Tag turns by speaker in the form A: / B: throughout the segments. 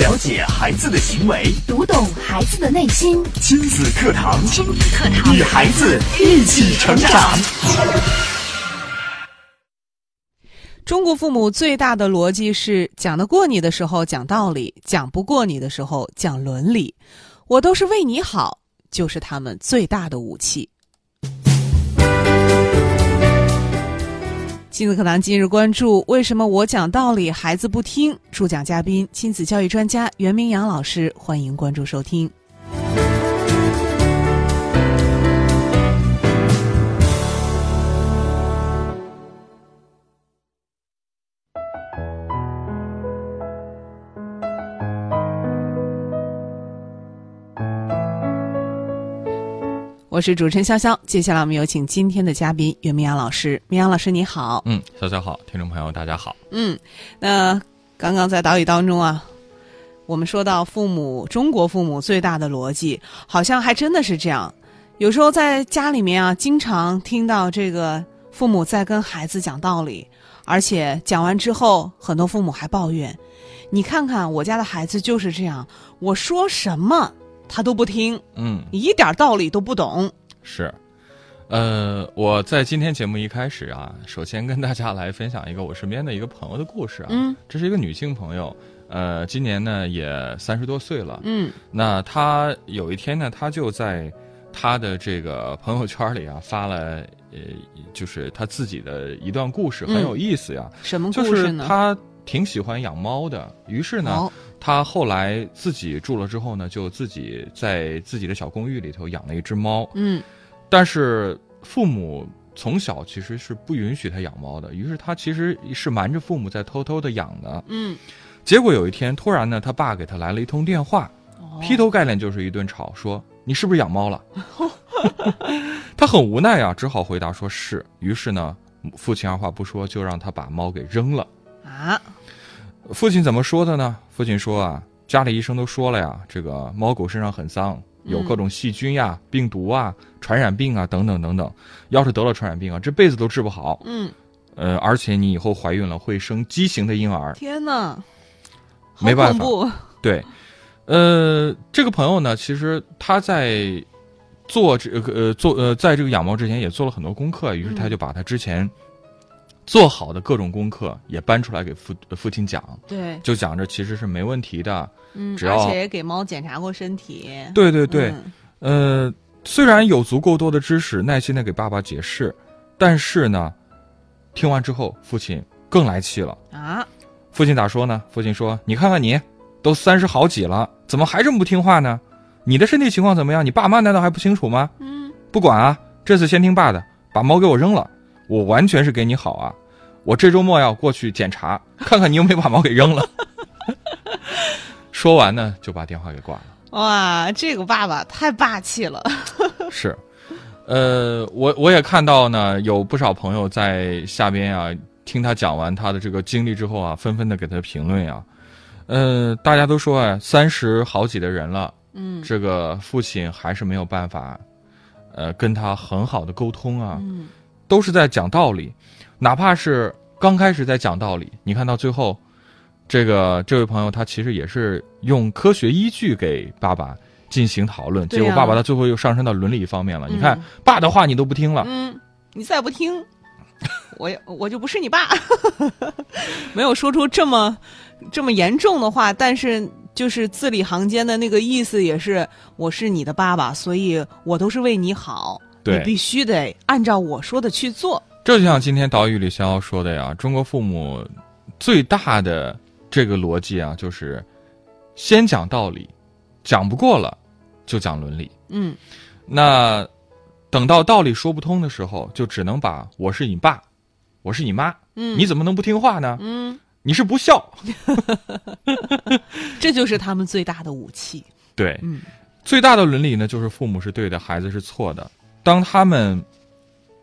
A: 了解孩子的行为，
B: 读懂孩子的内心，
A: 亲子课堂，
B: 亲子课堂
A: 与孩子一起成长。
C: 中国父母最大的逻辑是：讲得过你的时候讲道理，讲不过你的时候讲伦理。我都是为你好，就是他们最大的武器。亲子课堂今日关注：为什么我讲道理孩子不听？主讲嘉宾亲子教育专家袁明阳老师，欢迎关注收听。我是主持人潇潇，接下来我们有请今天的嘉宾袁明阳老师。明阳老师，你好。
D: 嗯，小小好，听众朋友大家好。
C: 嗯，那刚刚在导语当中啊，我们说到父母，中国父母最大的逻辑，好像还真的是这样。有时候在家里面啊，经常听到这个父母在跟孩子讲道理，而且讲完之后，很多父母还抱怨：“你看看我家的孩子就是这样，我说什么他都不听，
D: 嗯，
C: 一点道理都不懂。
D: 是，呃，我在今天节目一开始啊，首先跟大家来分享一个我身边的一个朋友的故事啊。
C: 嗯，
D: 这是一个女性朋友，呃，今年呢也三十多岁了”。
C: 嗯
D: 那她有一天呢，她就在她的这个朋友圈里啊发了，呃，就是她自己的一段故事，很
C: 嗯
D: 有意思呀。
C: 什么
D: 就
C: 故事
D: 是
C: 呢？
D: 她挺喜欢养猫的，于是呢，
C: 哦
D: 他后来自己住了之后呢，就自己在自己的小公寓里头养了一只猫，
C: 嗯
D: 但是父母从小其实是不允许他养猫的，于是他其实是瞒着父母在偷偷的养的。
C: 嗯，
D: 结果有一天，突然呢，他爸给他来了一通电话，
C: 哦
D: 劈头盖脸就是一顿吵，说你是不是养猫了？ 他很无奈啊，只好回答说是。于是呢，父亲二话不说就让他把猫给扔了。
C: 啊，
D: 父亲怎么说的呢？父亲说啊，家里医生都说了呀，这个猫狗身上很脏，有
C: 嗯
D: 各种细菌呀、病毒啊、传染病啊等等等等，要是得了传染病啊，这辈子都治不好。
C: 嗯。
D: 呃，而且你以后怀孕了会生畸形的婴儿。
C: 天呐，好
D: 没办
C: 恐
D: 法
C: 怖，
D: 对，呃，这个朋友呢，其实他在做这个呃做呃在这个养猫之前也做了很多功课，于是他
C: 嗯
D: 就把他之前做好的各种功课也搬出来给父呃父亲讲，
C: 对，
D: 就讲这其实是没问题的。
C: 嗯，
D: 只
C: 而
D: 要
C: 且也给猫检查过身体，
D: 对对对，
C: 嗯
D: 呃，虽然有足够多的知识，耐心的给爸爸解释，但是呢，听完之后，父亲更来气了。
C: 啊，
D: 父亲咋说呢？父亲说：“你看看你，都三十好几了，怎么还这么不听话呢？你的身体情况怎么样？你爸妈难道还不清楚吗？
C: 嗯
D: 不管啊，这次先听爸的，把猫给我扔了，我完全是给你好啊。我这周末要过去检查，看看你有没有把猫给扔了。” 说完呢，就把电话给挂了。
C: 哇，这个爸爸太霸气了，
D: 是，呃，我我也看到呢，有不少朋友在下边啊，听他讲完他的这个经历之后啊，纷纷的给他评论啊，呃，大家都说啊，三十好几的人了，
C: 嗯
D: 这个父亲还是没有办法，呃，跟他很好的沟通啊，
C: 嗯，
D: 都是在讲道理，哪怕是刚开始在讲道理，你看到最后，这个这位朋友他其实也是用科学依据给爸爸进行讨论，
C: 对
D: 结
C: 呀
D: 果爸爸他最后又上升到伦理方面了。
C: 嗯
D: 你看爸的话你都不听了，
C: 嗯，你再不听， 我也我就不是你爸， 没有说出这么这么严重的话，但是。就是字里行间的那个意思，也是我是你的爸爸，所以我都是为你好，你
D: 对
C: 必须得按照我说的去做。
D: 这就像今天岛屿里逍遥说的呀，中国父母最大的这个逻辑啊，就是先讲道理，讲不过了就讲伦理。
C: 嗯，
D: 那等到道理说不通的时候，就只能把我是你爸，我是你妈，
C: 嗯
D: 你怎么能不听话呢？
C: 嗯，
D: 你是不孝。
C: 这就是他们最大的武器。
D: 对，
C: 嗯
D: 最大的伦理呢，就是父母是对的，孩子是错的。当他们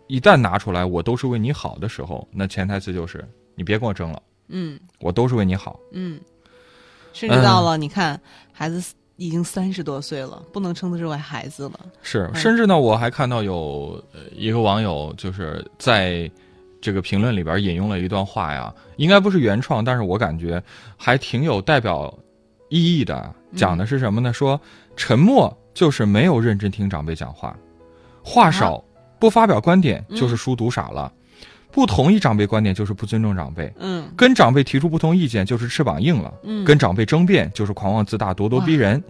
D: 一旦拿出来“我都是为你好”的时候，那潜台词就是你别跟我争了，
C: 嗯
D: 我都是为你好。
C: 嗯，甚至到了、你看，孩子已经三十多岁了，不能称得之为孩子了。
D: 是，
C: 嗯
D: 甚至呢，我还看到有呃一个网友就是在这个评论里边引用了一段话呀，应该不是原创，但是我感觉还挺有代表意义的，讲的是什么呢？说沉默就是没有认真听长辈讲话，话少、不发表观点就是书读傻了，不同意长辈观点就是不尊重长辈。
C: 嗯
D: 跟长辈提出不同意见就是翅膀硬了，
C: 嗯
D: 跟长辈争辩就是狂妄自大、咄咄逼人，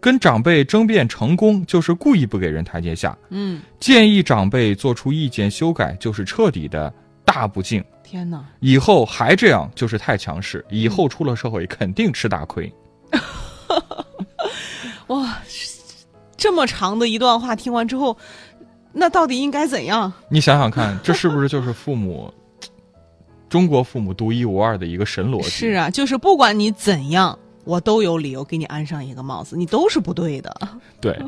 D: 跟长辈争辩成功就是故意不给人台阶下，
C: 嗯，
D: 建议长辈做出意见修改就是彻底的大不敬，
C: 天哪，
D: 以后还这样就是太强势，
C: 嗯
D: 以后出了社会肯定吃大亏。
C: 哇，这么长的一段话听完之后，那到底应该怎样？
D: 你想想看，这是不是就是父母，中国父母独一无二的一个神逻 辑？
C: 是啊，就是不管你怎样，我都有理由给你安上一个帽子，你都是不对的。
D: 对，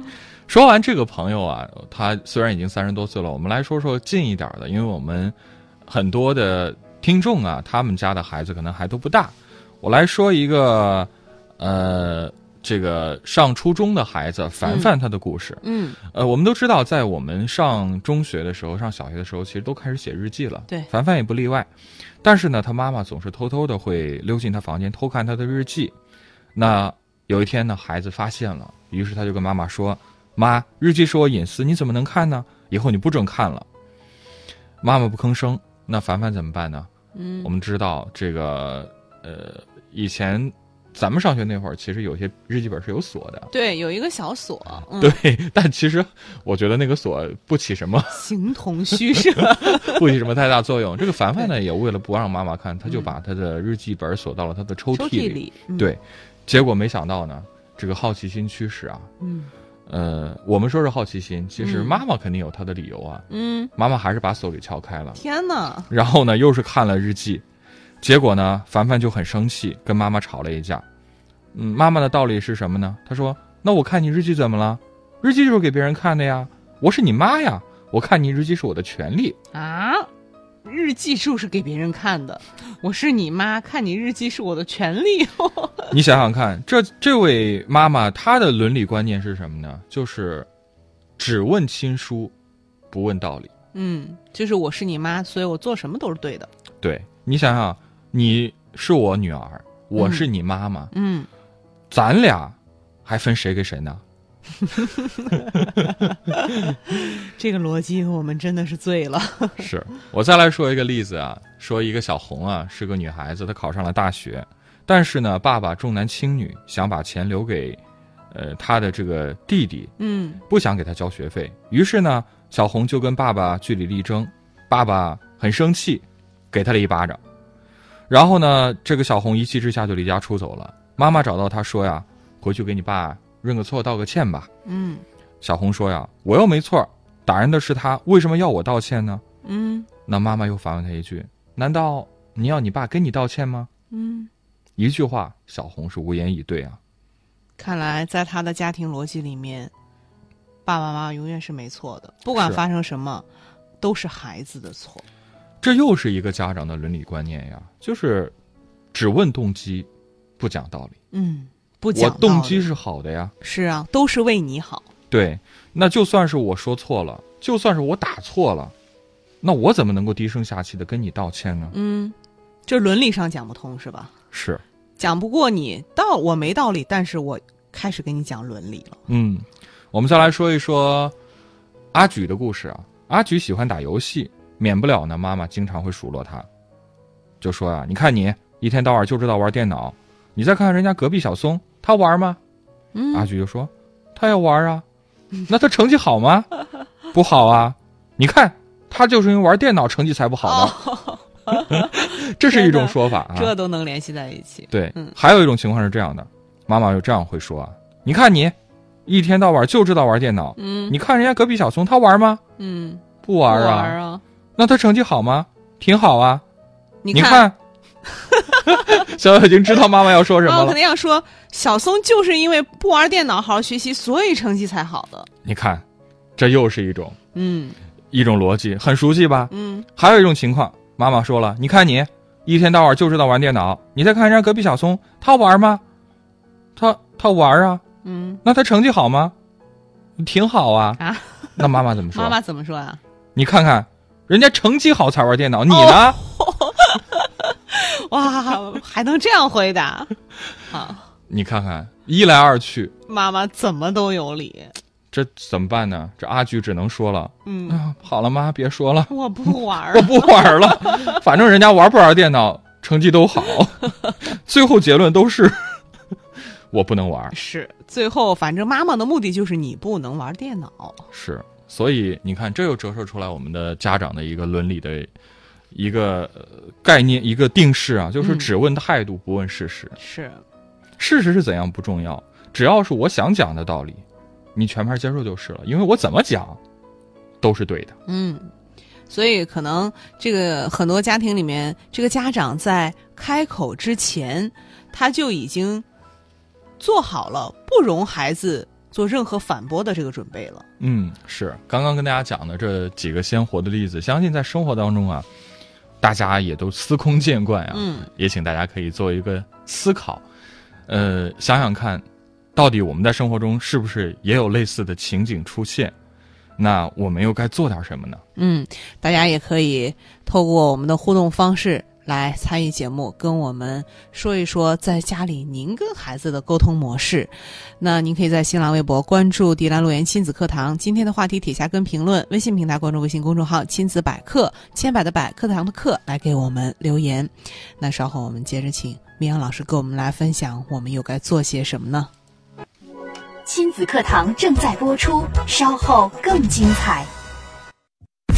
D: 说完这个朋友啊，他虽然已经三十多岁了，我们来说说近一点的，因为我们很多的听众啊，他们家的孩子可能还都不大。我来说一个，呃，这个上初中的孩子凡凡他的故事。
C: 嗯
D: 呃，我们都知道，在我们上中学的时候、上小学的时候，其实都开始写日记了。
C: 对
D: 凡凡也不例外。但是呢，他妈妈总是偷偷的会溜进他房间偷看他的日记。那有一天呢，孩子发现了，于是他就跟妈妈说：“妈，日记是我隐私，你怎么能看呢？以后你不准看了。”妈妈不吭声。那凡凡怎么办呢？
C: 嗯
D: 我们知道这个，呃，以前咱们上学那会儿，其实有些日记本是有锁的。
C: 对，有一个小锁，嗯，
D: 对，但其实我觉得那个锁不起什么
C: 形同虚设。
D: 不起什么太大作用。这个凡凡呢，也为了不让妈妈看，他就把他的日记本锁到了他的 抽屉
C: 嗯抽屉里，嗯，
D: 对，结果没想到呢，这个好奇心驱使啊，
C: 嗯
D: 呃，我们说是好奇心，其实
C: 嗯
D: 妈妈肯定有她的理由啊。
C: 嗯，
D: 妈妈还是把锁给撬开了，
C: 天哪，
D: 然后呢，又是看了日记，结果呢，凡凡就很生气，跟妈妈吵了一架。嗯，妈妈的道理是什么呢？她说：“那我看你日记怎么了？日记就是给别人看的呀，我是你妈呀，我看你日记是我的权利。”
C: 啊！日记就是给别人看 的，我是你妈，看你日记是我的权利。哦
D: 你想想看，这这位妈妈她的伦理观念是什么呢？就是只问亲疏，不问道理。
C: 嗯，就是我是你妈，所以我做什么都是对的。
D: 对你想想，你是我女儿，我是你妈妈，
C: 嗯，
D: 咱俩还分谁给谁呢？
C: 这个逻辑我们真的是醉了。
D: 是我再来说一个例子啊，说一个小红啊，是个女孩子，她考上了大学，但是呢，爸爸重男轻女，想把钱留给，呃，她的这个弟弟，
C: 嗯
D: 不想给他交学费。于是呢，小红就跟爸爸据理力争，爸爸很生气，给他了一巴掌。然后呢，这个小红一气之下就离家出走了。妈妈找到他说呀：“回去给你爸认个错，道个歉吧。
C: 嗯”
D: 小红说呀：“我又没错，打人的是他，为什么要我道歉呢
C: 嗯？”
D: 那妈妈又反问他一句：“难道你要你爸跟你道歉吗
C: 嗯，？”
D: 一句话，小红是无言以对啊。
C: 看来在他的家庭逻辑里面，爸爸妈妈永远是没错的，不管
D: 是
C: 发生什么，都是孩子的错。
D: 这又是一个家长的伦理观念呀，就是只问动机，不讲道理。
C: 嗯，不
D: 我
C: 讲道
D: 动
C: 理
D: 机是好的呀，
C: 是啊，都是为你好。
D: 对。那就算是我说错了，就算是我打错了，那我怎么能够低声下气的跟你道歉呢？
C: 嗯，这伦理上讲不通是吧？
D: 是，
C: 讲不过你，道我没道理，但是我开始跟你讲伦理了。
D: 嗯，我们再来说一说阿举的故事啊。阿举喜欢打游戏，免不了呢，妈妈经常会数落他，就说啊，你看你一天到晚就知道玩电脑，你再看看人家隔壁小松，他玩吗？
C: 嗯
D: 阿菊就说：“他要玩啊， 那他成绩好吗？不好啊！你看，他就是因为玩电脑成绩才不好的。 这是一种说法啊。
C: 这都能联系在一起。
D: 对
C: 嗯，
D: 还有一种情况是这样的，妈妈就这样会说啊：你看你，一天到晚就知道玩电脑。
C: 嗯
D: 你看人家隔壁小松，他玩吗？
C: 嗯，
D: 不玩
C: 不
D: 啊。
C: 玩啊！
D: 那他成绩好吗？挺好啊。
C: 你哦
D: 你看， 小小已经知道妈妈要说什
C: 妈
D: 么
C: 妈
D: 了
C: 肯。定要说，小松就是因为不玩电脑，好好学习，所以成绩才好的。
D: 你看，这又是一种
C: 嗯
D: 一种逻辑，很熟悉吧？
C: 嗯
D: 还有一种情况，妈妈说了，你看你一天到晚就知道玩电脑，你再看人家隔壁小松，他玩吗？他他玩啊，
C: 嗯，
D: 那他成绩好吗？挺好啊。
C: 啊
D: 那妈妈怎么说？
C: 妈妈怎么说啊？
D: 你看看，人家成绩好才玩电
C: 哦
D: 脑，你呢？
C: 哇，还能这样回答？好，
D: 你看看，一来二去，
C: 妈妈怎么都有理。
D: 这怎么办呢？这阿菊只能说了，
C: 嗯，
D: 啊，好了，妈，别说了，
C: 我不玩儿
D: 我。不玩了，反正人家玩不玩电脑，成绩都好，最后结论都是我不能玩。
C: 是，最后反正妈妈的目的就是你不能玩电脑。
D: 是，所以你看，这又折射出来我们的家长的一个伦理的一个呃概念，一个定式啊，就是
C: 嗯
D: 只问态度，不问事实。
C: 是，
D: 事实是怎样不重要，只要是我想讲的道理，你全盘接受就是了，因为我怎么讲都是对的。
C: 嗯，所以可能这个很多家庭里面，这个家长在开口之前，他就已经做好了不容孩子做任何反驳的这个准备了。
D: 嗯，是刚刚跟大家讲的这几个鲜活的例子，相信在生活当中啊，大家也都司空见惯啊。
C: 嗯，
D: 也请大家可以做一个思考，呃，想想看，到底我们在生活中是不是也有类似的情景出现？那我们又该做点什么呢？
C: 嗯，大家也可以透过我们的互动方式来参与节目，跟我们说一说在家里您跟孩子的沟通模式。那您可以在新浪微博关注“迪兰路园亲子课堂”，今天的话题帖下跟评论，微信平台关注微信公众号“亲子百科”，千百的百，课堂的课，来给我们留言。那稍后我们接着请明阳老师跟我们来分享，我们又该做些什么呢？
B: 亲子课堂正在播出，稍后更精彩。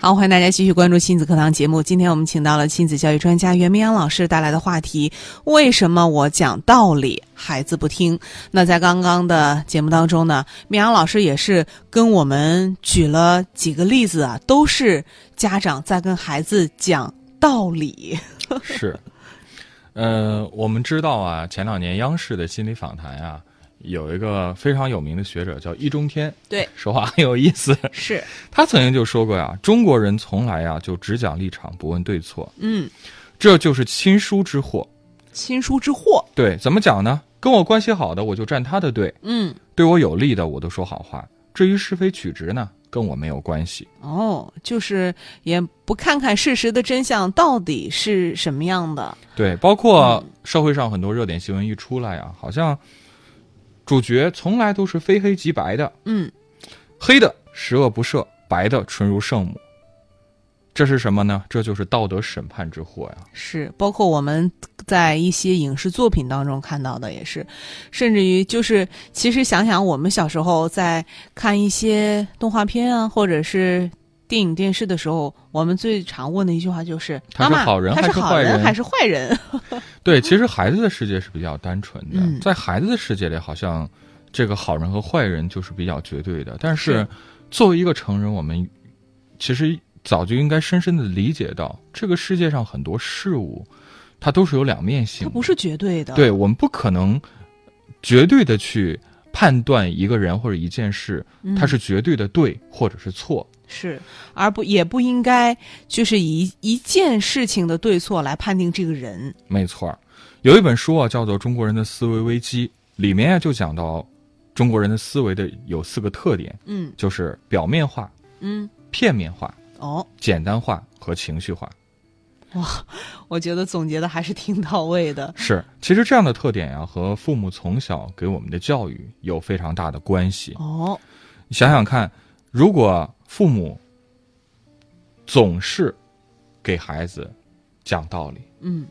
C: 好，欢迎大家继续关注亲子课堂节目。今天我们请到了亲子教育专家袁明阳老师带来的话题：为什么我讲道理孩子不听？那在刚刚的节目当中呢，明阳老师也是跟我们举了几个例子啊，都是家长在跟孩子讲道理。
D: 是， 呃，我们知道啊，前两年央视的心理访谈啊，有一个非常有名的学者叫易中天，
C: 对，
D: 说话很有意思。
C: 是，
D: 他曾经就说过呀、啊中国人从来啊就只讲立场，不问对错，
C: 嗯，
D: 这就是亲疏之祸。
C: 亲疏之祸。
D: 对，怎么讲呢？跟我关系好的，我就站他的队；
C: 嗯，
D: 对我有利的，我都说好话。至于是非曲直呢，跟我没有关系。
C: 哦，就是也不看看事实的真相到底是什么样的。
D: 对，包括社会上很多热点新闻一出来啊，好像主角从来都是非黑即白的，
C: 嗯，
D: 黑的十恶不赦，白的纯如圣母。这是什么呢？这就是道德审判之祸呀！
C: 是，包括我们在一些影视作品当中看到的也是，甚至于就是，其实想想我们小时候在看一些动画片啊，或者是电影、电视的时候，我们最常问的一句话就是：“妈
D: 他是
C: 妈，
D: 好人
C: 他
D: 还
C: 是
D: 是
C: 好
D: 坏
C: 人
D: 人
C: 还是坏人
D: 对，其实孩子的世界是比较单纯的，
C: 嗯
D: 在孩子的世界里，好像这个好人和坏人就是比较绝对的。但是
C: 是，
D: 作为一个成人，我们其实早就应该深深的理解到，这个世界上很多事物，它都是有两面？”性
C: 它
D: 的。
C: 不是绝对的。
D: 对，我们不可能绝对的去判断一个人或者一件事，
C: 嗯，
D: 它是绝对的对或者是错。
C: 是，而不也不应该就是以一件事情的对错来判定这个人。
D: 没错儿，有一本书啊，叫做《中国人的思维危机》，里面啊就讲到中国人的思维的有四个特点，
C: 嗯
D: 就是表面化、
C: 嗯，
D: 片面化、
C: 哦，
D: 简单化和情绪化。
C: 我觉得总结的还是挺到位的。
D: 是，其实这样的特点呀、和父母从小给我们的教育有非常大的关系。
C: 哦，
D: 你想想看，如果父母总是给孩子讲道理，
C: 嗯。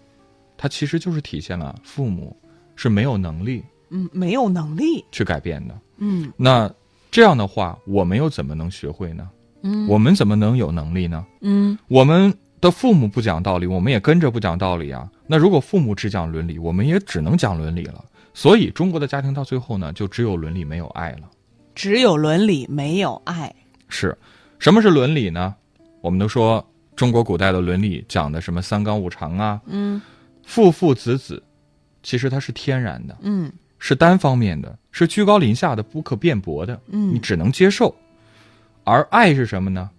D: 他其实就是体现了父母是没有能力
C: 嗯，没有能力。
D: 去改变的。
C: 嗯，
D: 那这样的话，我们又怎么能学会呢？
C: 嗯
D: 我们怎么能有能力呢？
C: 嗯
D: 我们的父母不讲道理，我们也跟着不讲道理啊。那如果父母只讲伦理，我们也只能讲伦理了。所以中国的家庭到最后呢，就只有伦理没有爱了。
C: 只有伦理没有爱。
D: 是，什么是伦理呢？我们都说中国古代的伦理讲的什么三纲五常啊，
C: 嗯
D: 父父子子，其实它是天然的，
C: 嗯
D: 是单方面的，是居高临下的、不可辩驳的，你
C: 嗯，
D: 只能接受。而爱是什么呢？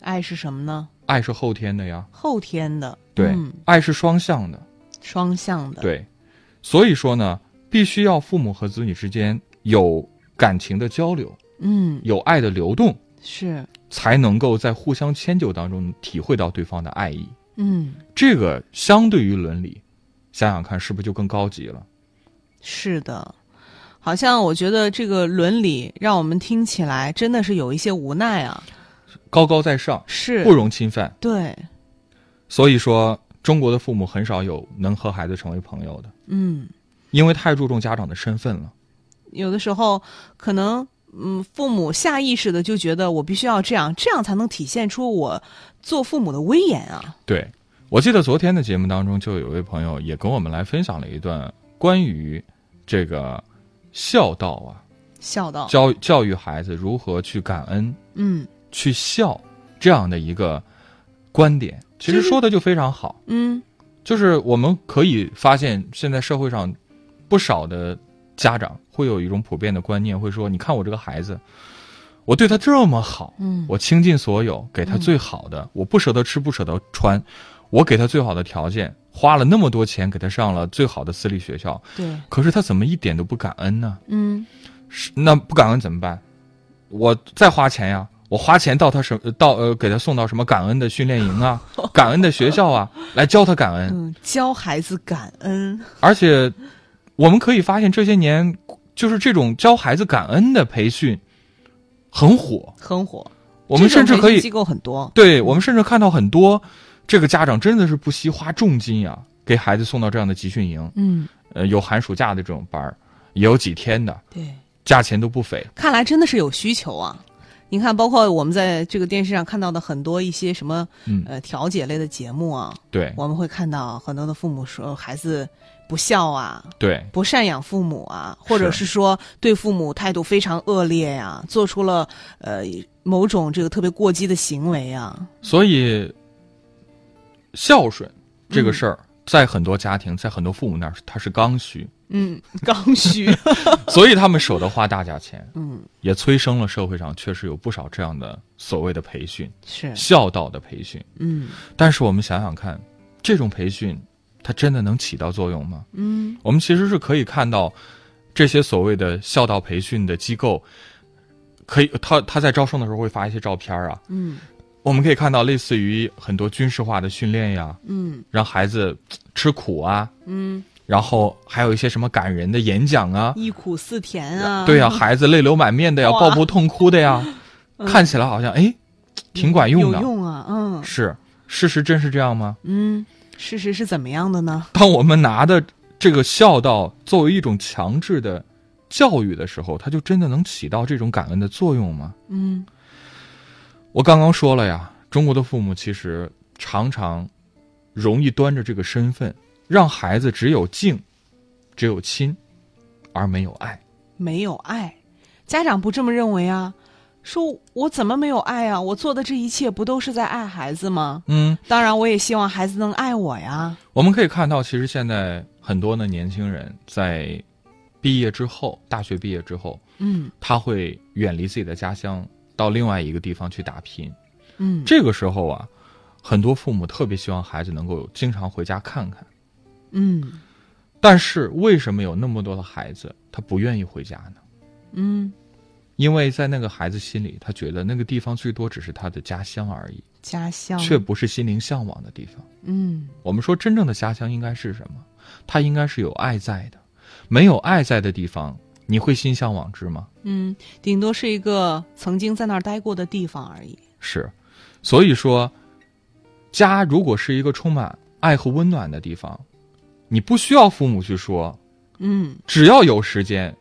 C: 爱是什么呢？
D: 爱是后天的呀，
C: 后天的，
D: 对，
C: 嗯
D: 爱是双向的，
C: 双向的，，
D: 对，所以说呢，必须要父母和子女之间有感情的交流，
C: 嗯，
D: 有爱的流动，
C: 是，
D: 才能够在互相迁就当中体会到对方的爱意。
C: 嗯，
D: 这个相对于伦理，想想看是不是就更高级了？
C: 是的。好像我觉得这个伦理让我们听起来真的是有一些无奈啊，
D: 高高在上，
C: 是
D: 不容侵犯。
C: 对，
D: 所以说，中国的父母很少有能和孩子成为朋友的，
C: 嗯，
D: 因为太注重家长的身份了。
C: 有的时候可能，嗯，父母下意识的就觉得我必须要这样，这样才能体现出我做父母的威严啊。
D: 对，我记得昨天的节目当中，就有一位朋友也跟我们来分享了一段关于这个孝道啊，
C: 孝道，
D: 教教育孩子如何去感恩、
C: 嗯
D: 去孝这样的一个观点，其实
C: 就是
D: 说的就非常好。
C: 嗯
D: 就是我们可以发现，现在社会上不少的家长会有一种普遍的观念，会说：“你看我这个孩子，我对他这么好，
C: 嗯，
D: 我倾尽所有，给他
C: 嗯
D: 最好的，我不舍得吃，不舍得穿，我给他最好的条件，花了那么多钱给他上了最好的私立学校，
C: 对，
D: 可是他怎么一点都不感恩呢？
C: 嗯
D: 是那不感恩怎么办？我再花钱呀，我花钱到他什到呃给他送到什么感恩的训练营啊，感恩的学校啊，来教他感恩。
C: 嗯，教孩子感恩，
D: 而且，我们可以发现这些年，就是这种教孩子感恩的培训很火。
C: 很火。
D: 我们
C: 这种
D: 甚至可
C: 培训机
D: 以，
C: 构很多，
D: 对我们甚至看到很多这个家长真的是不惜花重金呀、给孩子送到这样的集训营，
C: 嗯，
D: 呃，有寒暑假的这种班儿，也有几天的，
C: 对，
D: 价钱都不菲。
C: 看来真的是有需求啊。你看，包括我们在这个电视上看到的很多一些什么
D: 嗯，
C: 呃调解类的节目啊，
D: 对
C: 我们会看到很多的父母说孩子不孝啊，
D: 对，
C: 不赡养父母啊，或者是说对父母态度非常恶劣呀、做出了呃某种这个特别过激的行为啊。
D: 所以，孝顺这个事儿，在很多家庭，在很多父母那儿，它是刚需，
C: 嗯，刚需。
D: 所以他们舍得花大价钱，
C: 嗯，
D: 也催生了社会上确实有不少这样的所谓的培训，
C: 是，
D: 孝道的培训。
C: 嗯
D: 但是我们想想看，这种培训，它真的能起到作用吗？
C: 嗯
D: 我们其实是可以看到，这些所谓的孝道培训的机构，可以，他他在招生的时候会发一些照片儿啊，
C: 嗯
D: 我们可以看到类似于很多军事化的训练呀，
C: 嗯
D: 让孩子嘖吃苦啊，
C: 嗯，
D: 然后还有一些什么感人的演讲啊，
C: 忆苦思甜啊。
D: 对呀、孩子泪流满面的呀，
C: 哇嗯
D: 抱不痛哭的呀，看起来好像哎，挺管用
C: 有
D: 的。
C: 用啊。嗯
D: 是，事实真是这样吗？
C: 嗯，事实是怎么样的呢？
D: 当我们拿的这个孝道作为一种强制的教育的时候，它就真的能起到这种感恩的作用吗？
C: 嗯
D: 我刚刚说了呀，中国的父母其实常常容易端着这个身份，让孩子只有敬，只有亲，而没有爱。
C: 没有爱，家长不这么认为啊。说我怎么没有爱啊？我做的这一切不都是在爱孩子吗？
D: 嗯，
C: 当然，我也希望孩子能爱我呀。
D: 我们可以看到，其实现在很多的年轻人在毕业之后，大学毕业之后，
C: 嗯
D: 他会远离自己的家乡，到另外一个地方去打拼。
C: 嗯，
D: 这个时候啊，很多父母特别希望孩子能够经常回家看看。
C: 嗯
D: 但是为什么有那么多的孩子他不愿意回家呢？
C: 嗯，
D: 因为在那个孩子心里，他觉得那个地方最多只是他的家乡而已，
C: 家乡
D: 却不是心灵向往的地方。
C: 嗯
D: 我们说，真正的家乡应该是什么？它应该是有爱在的。没有爱在的地方，你会心向往之吗？
C: 嗯，顶多是一个曾经在那儿待过的地方而已。
D: 是，所以说，家如果是一个充满爱和温暖的地方，你不需要父母去说，
C: 嗯，
D: 只要有时间，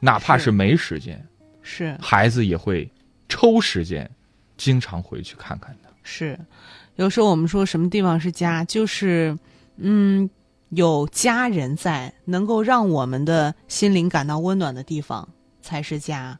D: 哪怕
C: 是
D: 是没时间，
C: 是
D: 孩子也会抽时间经常回去看看的。
C: 是，有时候我们说什么地方是家，就是嗯，有家人在，能够让我们的心灵感到温暖的地方才是家。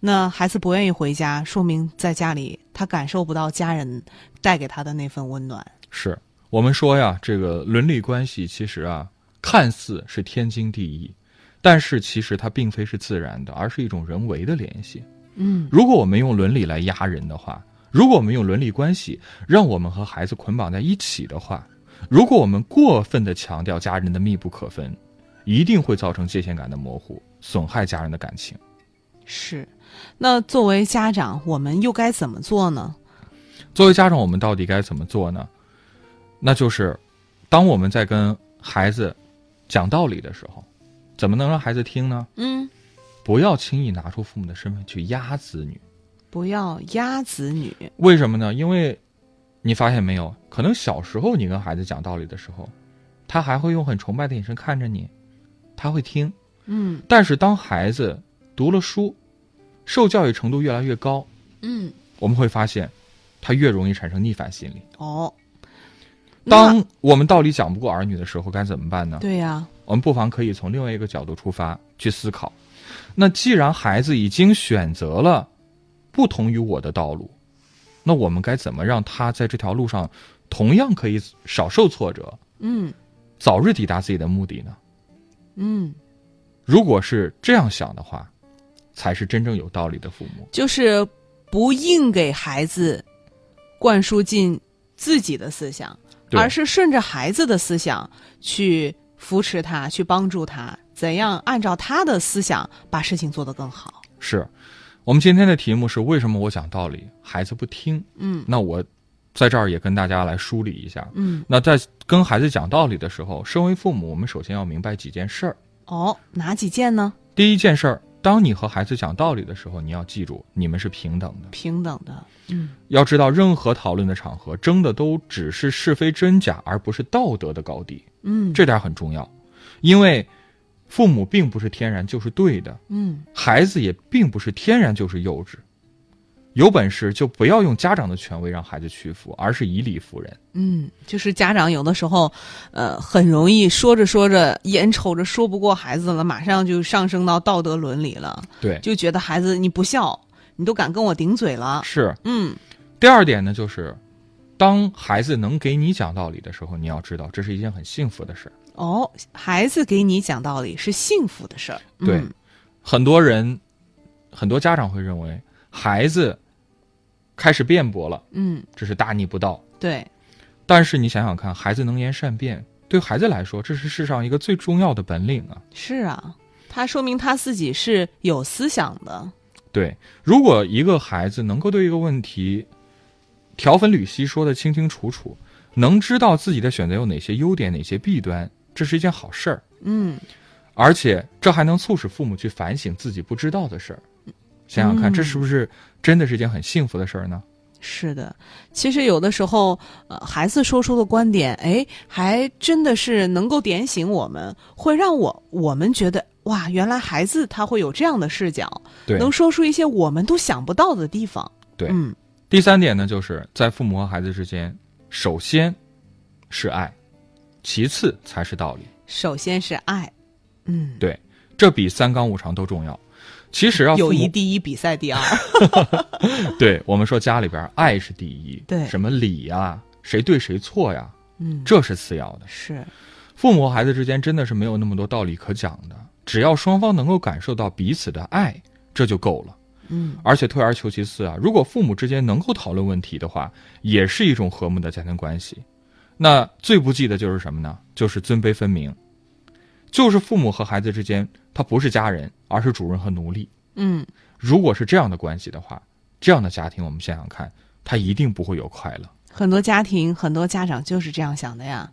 C: 那孩子不愿意回家，说明在家里他感受不到家人带给他的那份温暖。
D: 是我们说呀，这个伦理关系其实啊，看似是天经地义，但是其实它并非是自然的，而是一种人为的联系。
C: 嗯，
D: 如果我们用伦理来压人的话，如果我们用伦理关系让我们和孩子捆绑在一起的话，如果我们过分的强调家人的密不可分，一定会造成界限感的模糊，损害家人的感情。
C: 是。那作为家长，我们又该怎么做呢？
D: 作为家长，我们到底该怎么做呢？那就是，当我们在跟孩子讲道理的时候，怎么能让孩子听呢？
C: 嗯，
D: 不要轻易拿出父母的身份去压子女。
C: 不要压子女。
D: 为什么呢？因为你发现没有，可能小时候你跟孩子讲道理的时候，他还会用很崇拜的眼神看着你，他会听。
C: 嗯
D: 但是当孩子读了书，受教育程度越来越高，
C: 嗯，
D: 我们会发现，他越容易产生逆反心理。
C: 哦，那
D: 当我们道理讲不过儿女的时候，该怎么办呢？
C: 对呀、
D: 我们不妨可以从另外一个角度出发去思考。那既然孩子已经选择了不同于我的道路，那我们该怎么让他在这条路上同样可以少受挫折，
C: 嗯
D: 早日抵达自己的目的呢？
C: 嗯，
D: 如果是这样想的话，才是真正有道理的父母。
C: 就是不硬给孩子灌输进自己的思想，
D: 对
C: 而是顺着孩子的思想去扶持他，去帮助他，怎样按照他的思想把事情做得更好。
D: 是我们今天的题目是为什么我讲道理孩子不听？
C: 嗯
D: 那我在这儿也跟大家来梳理一下。
C: 嗯，
D: 那在跟孩子讲道理的时候，身为父母，我们首先要明白几件事儿。
C: 哦，哪几件呢？
D: 第一件事儿，当你和孩子讲道理的时候，你要记住，你们是平等的。
C: 平等的。嗯
D: 要知道，任何讨论的场合，争的都只是是非真假，而不是道德的高低，
C: 嗯
D: 这点儿很重要。因为父母并不是天然就是对的，
C: 嗯
D: 孩子也并不是天然就是幼稚。有本事就不要用家长的权威让孩子屈服，而是以理服人。
C: 嗯，就是家长有的时候，呃，很容易说着说着，眼瞅着说不过孩子了，马上就上升到道德伦理了。
D: 对，
C: 就觉得孩子你不孝，你都敢跟我顶嘴了。
D: 是。
C: 嗯
D: 第二点呢，就是当孩子能给你讲道理的时候，你要知道这是一件很幸福的事儿。
C: 哦，孩子给你讲道理是幸福的事儿。
D: 对
C: 嗯
D: 很多人，很多家长会认为孩子开始辩驳了，
C: 嗯，
D: 这是大逆不道。
C: 对，
D: 但是你想想看，孩子能言善辩，对孩子来说，这是世上一个最重要的本领啊。
C: 是啊，他说明他自己是有思想的。
D: 对，如果一个孩子能够对一个问题条分缕析说得清清楚楚，能知道自己的选择有哪些优点、哪些弊端，这是一件好事儿。
C: 嗯，
D: 而且这还能促使父母去反省自己不知道的事儿。想想看，
C: 嗯
D: 这是不是真的是一件很幸福的事儿呢？
C: 是的。其实有的时候，呃，孩子说出的观点，哎，还真的是能够点醒我们，会让我我们觉得哇，原来孩子他会有这样的视角，
D: 对
C: 能说出一些我们都想不到的地方。
D: 对
C: 嗯
D: 第三点呢，就是在父母和孩子之间，首先是爱，其次才是道理，
C: 首先是爱，嗯，
D: 这比三纲五常都重要。其实啊，
C: 友
D: 父母
C: 谊第一，比赛第二。
D: 对我们说家里边儿爱是第一，
C: 对
D: 什么理呀、谁对谁错呀、
C: 嗯，
D: 这是次要的。
C: 是
D: 父母和孩子之间真的是没有那么多道理可讲的，只要双方能够感受到彼此的爱，这就够了。
C: 嗯
D: 而且退而求其次啊，如果父母之间能够讨论问题的话，也是一种和睦的家庭关系。那最不济的就是什么呢？就是尊卑分明，就是父母和孩子之间，他不是家人，而是主人和奴隶。
C: 嗯，
D: 如果是这样的关系的话，这样的家庭，我们想想看，他一定不会有快乐。
C: 很多家庭很多家长就是这样想的 呀，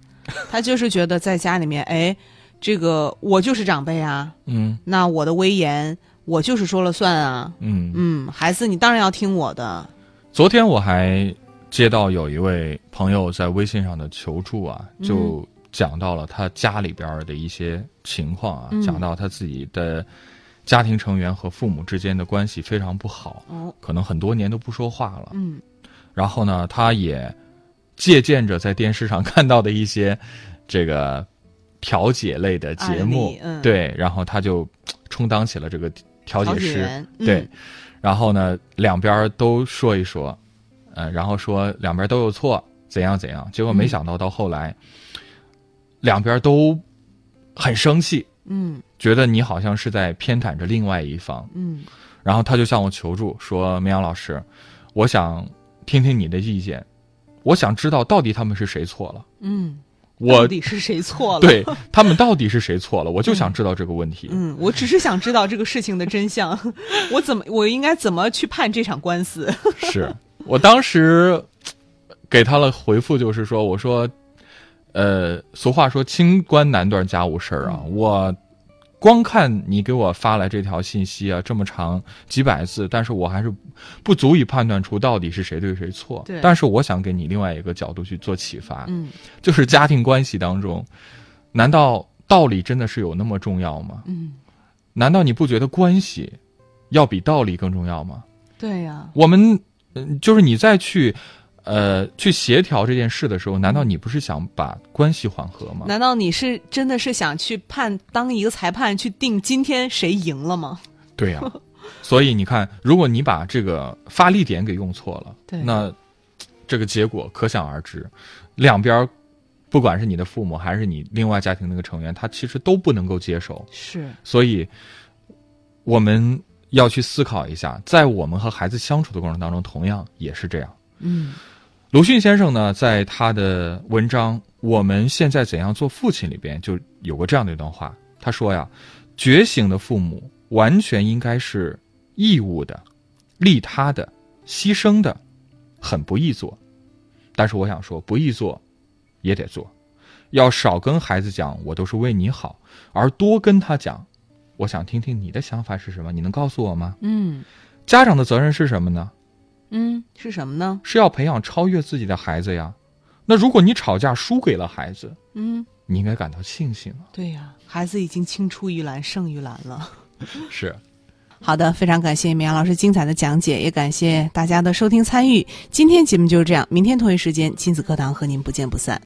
C: 他就是觉得在家里面，哎，这个我就是长辈啊，
D: 嗯
C: 那我的威严我就是说了算啊，
D: 嗯
C: 嗯，孩子你当然要听我的，
D: 昨天我还接到有一位朋友在微信上的求助啊，
C: 嗯
D: 就讲到了他家里边儿的一些情况啊，
C: 嗯
D: 讲到他自己的家庭成员和父母之间的关系非常不好，
C: 哦，
D: 可能很多年都不说话了。
C: 嗯
D: 然后呢，他也借鉴着在电视上看到的一些这个调解类的节
C: 案
D: 目
C: 例，嗯
D: 对，然后他就充当起了这个调
C: 调
D: 解
C: 解
D: 师，
C: 员，嗯
D: 对，然后呢，两边儿都说一说，呃，然后说两边儿都有错，怎样怎样。结果没
C: 嗯
D: 想到到后来，两边儿都很生气，
C: 嗯
D: 觉得你好像是在偏袒着另外一方。
C: 嗯
D: 然后他就向我求助，说：“明阳老师，我想听听你的意见，我想知道到底他们是谁错了，
C: 嗯，到
D: 我
C: 底是谁错了？，
D: 对他们到底是谁错了，我就想知道这个问题。
C: 嗯，我只是想知道这个事情的真相， 我怎么我应该怎么去判这场官司？
D: 是 我当时给他的回复就是说，我说，呃，俗话说清官难断家务事儿啊，
C: 嗯
D: 我光看你给我发来这条信息啊，这么长几百字，但是我还是不足以判断出到底是谁对谁错。
C: 对
D: 但是我想给你另外一个角度去做启发，
C: 嗯
D: 就是家庭关系当中，难道道理真的是有那么重要吗？
C: 嗯，
D: 难道你不觉得关系要比道理更重要吗？
C: 对呀、
D: 我们嗯就是你再去呃去协调这件事的时候，难道你不是想把关系缓和吗？
C: 难道你是真的是想去判当一个裁判去定今天谁赢了吗？
D: 对呀、 所以你看，如果你把这个发力点给用错了，
C: 对
D: 那这个结果可想而知，两边儿不管是你的父母还是你另外家庭那个成员，他其实都不能够接受，
C: 是，
D: 所以我们。要去思考一下，在我们和孩子相处的过程当中，同样也是这样。
C: 嗯
D: 鲁迅先生呢，在他的文章《我们现在怎样做父亲》里边就有过这样的一段话，他说呀：“觉醒的父母完全应该是义务的、利他的、牺牲的，很不易做。但是我想说，不易做，也得做。要少跟孩子讲我都是为你好，而多跟他讲，我想听听你的想法是什么，你能告诉我吗？
C: 嗯
D: 家长的责任是什么呢？
C: 嗯，是什么呢？
D: 是要培养超越自己的孩子呀。那如果你吵架输给了孩子，
C: 嗯，
D: 你应该感到庆幸啊。
C: 对呀、孩子已经青出于蓝胜于蓝了。
D: 是，
C: 好的，非常感谢绵阳老师精彩的讲解，也感谢大家的收听参与。今天节目就是这样，明天同一时间亲子课堂和您不见不散。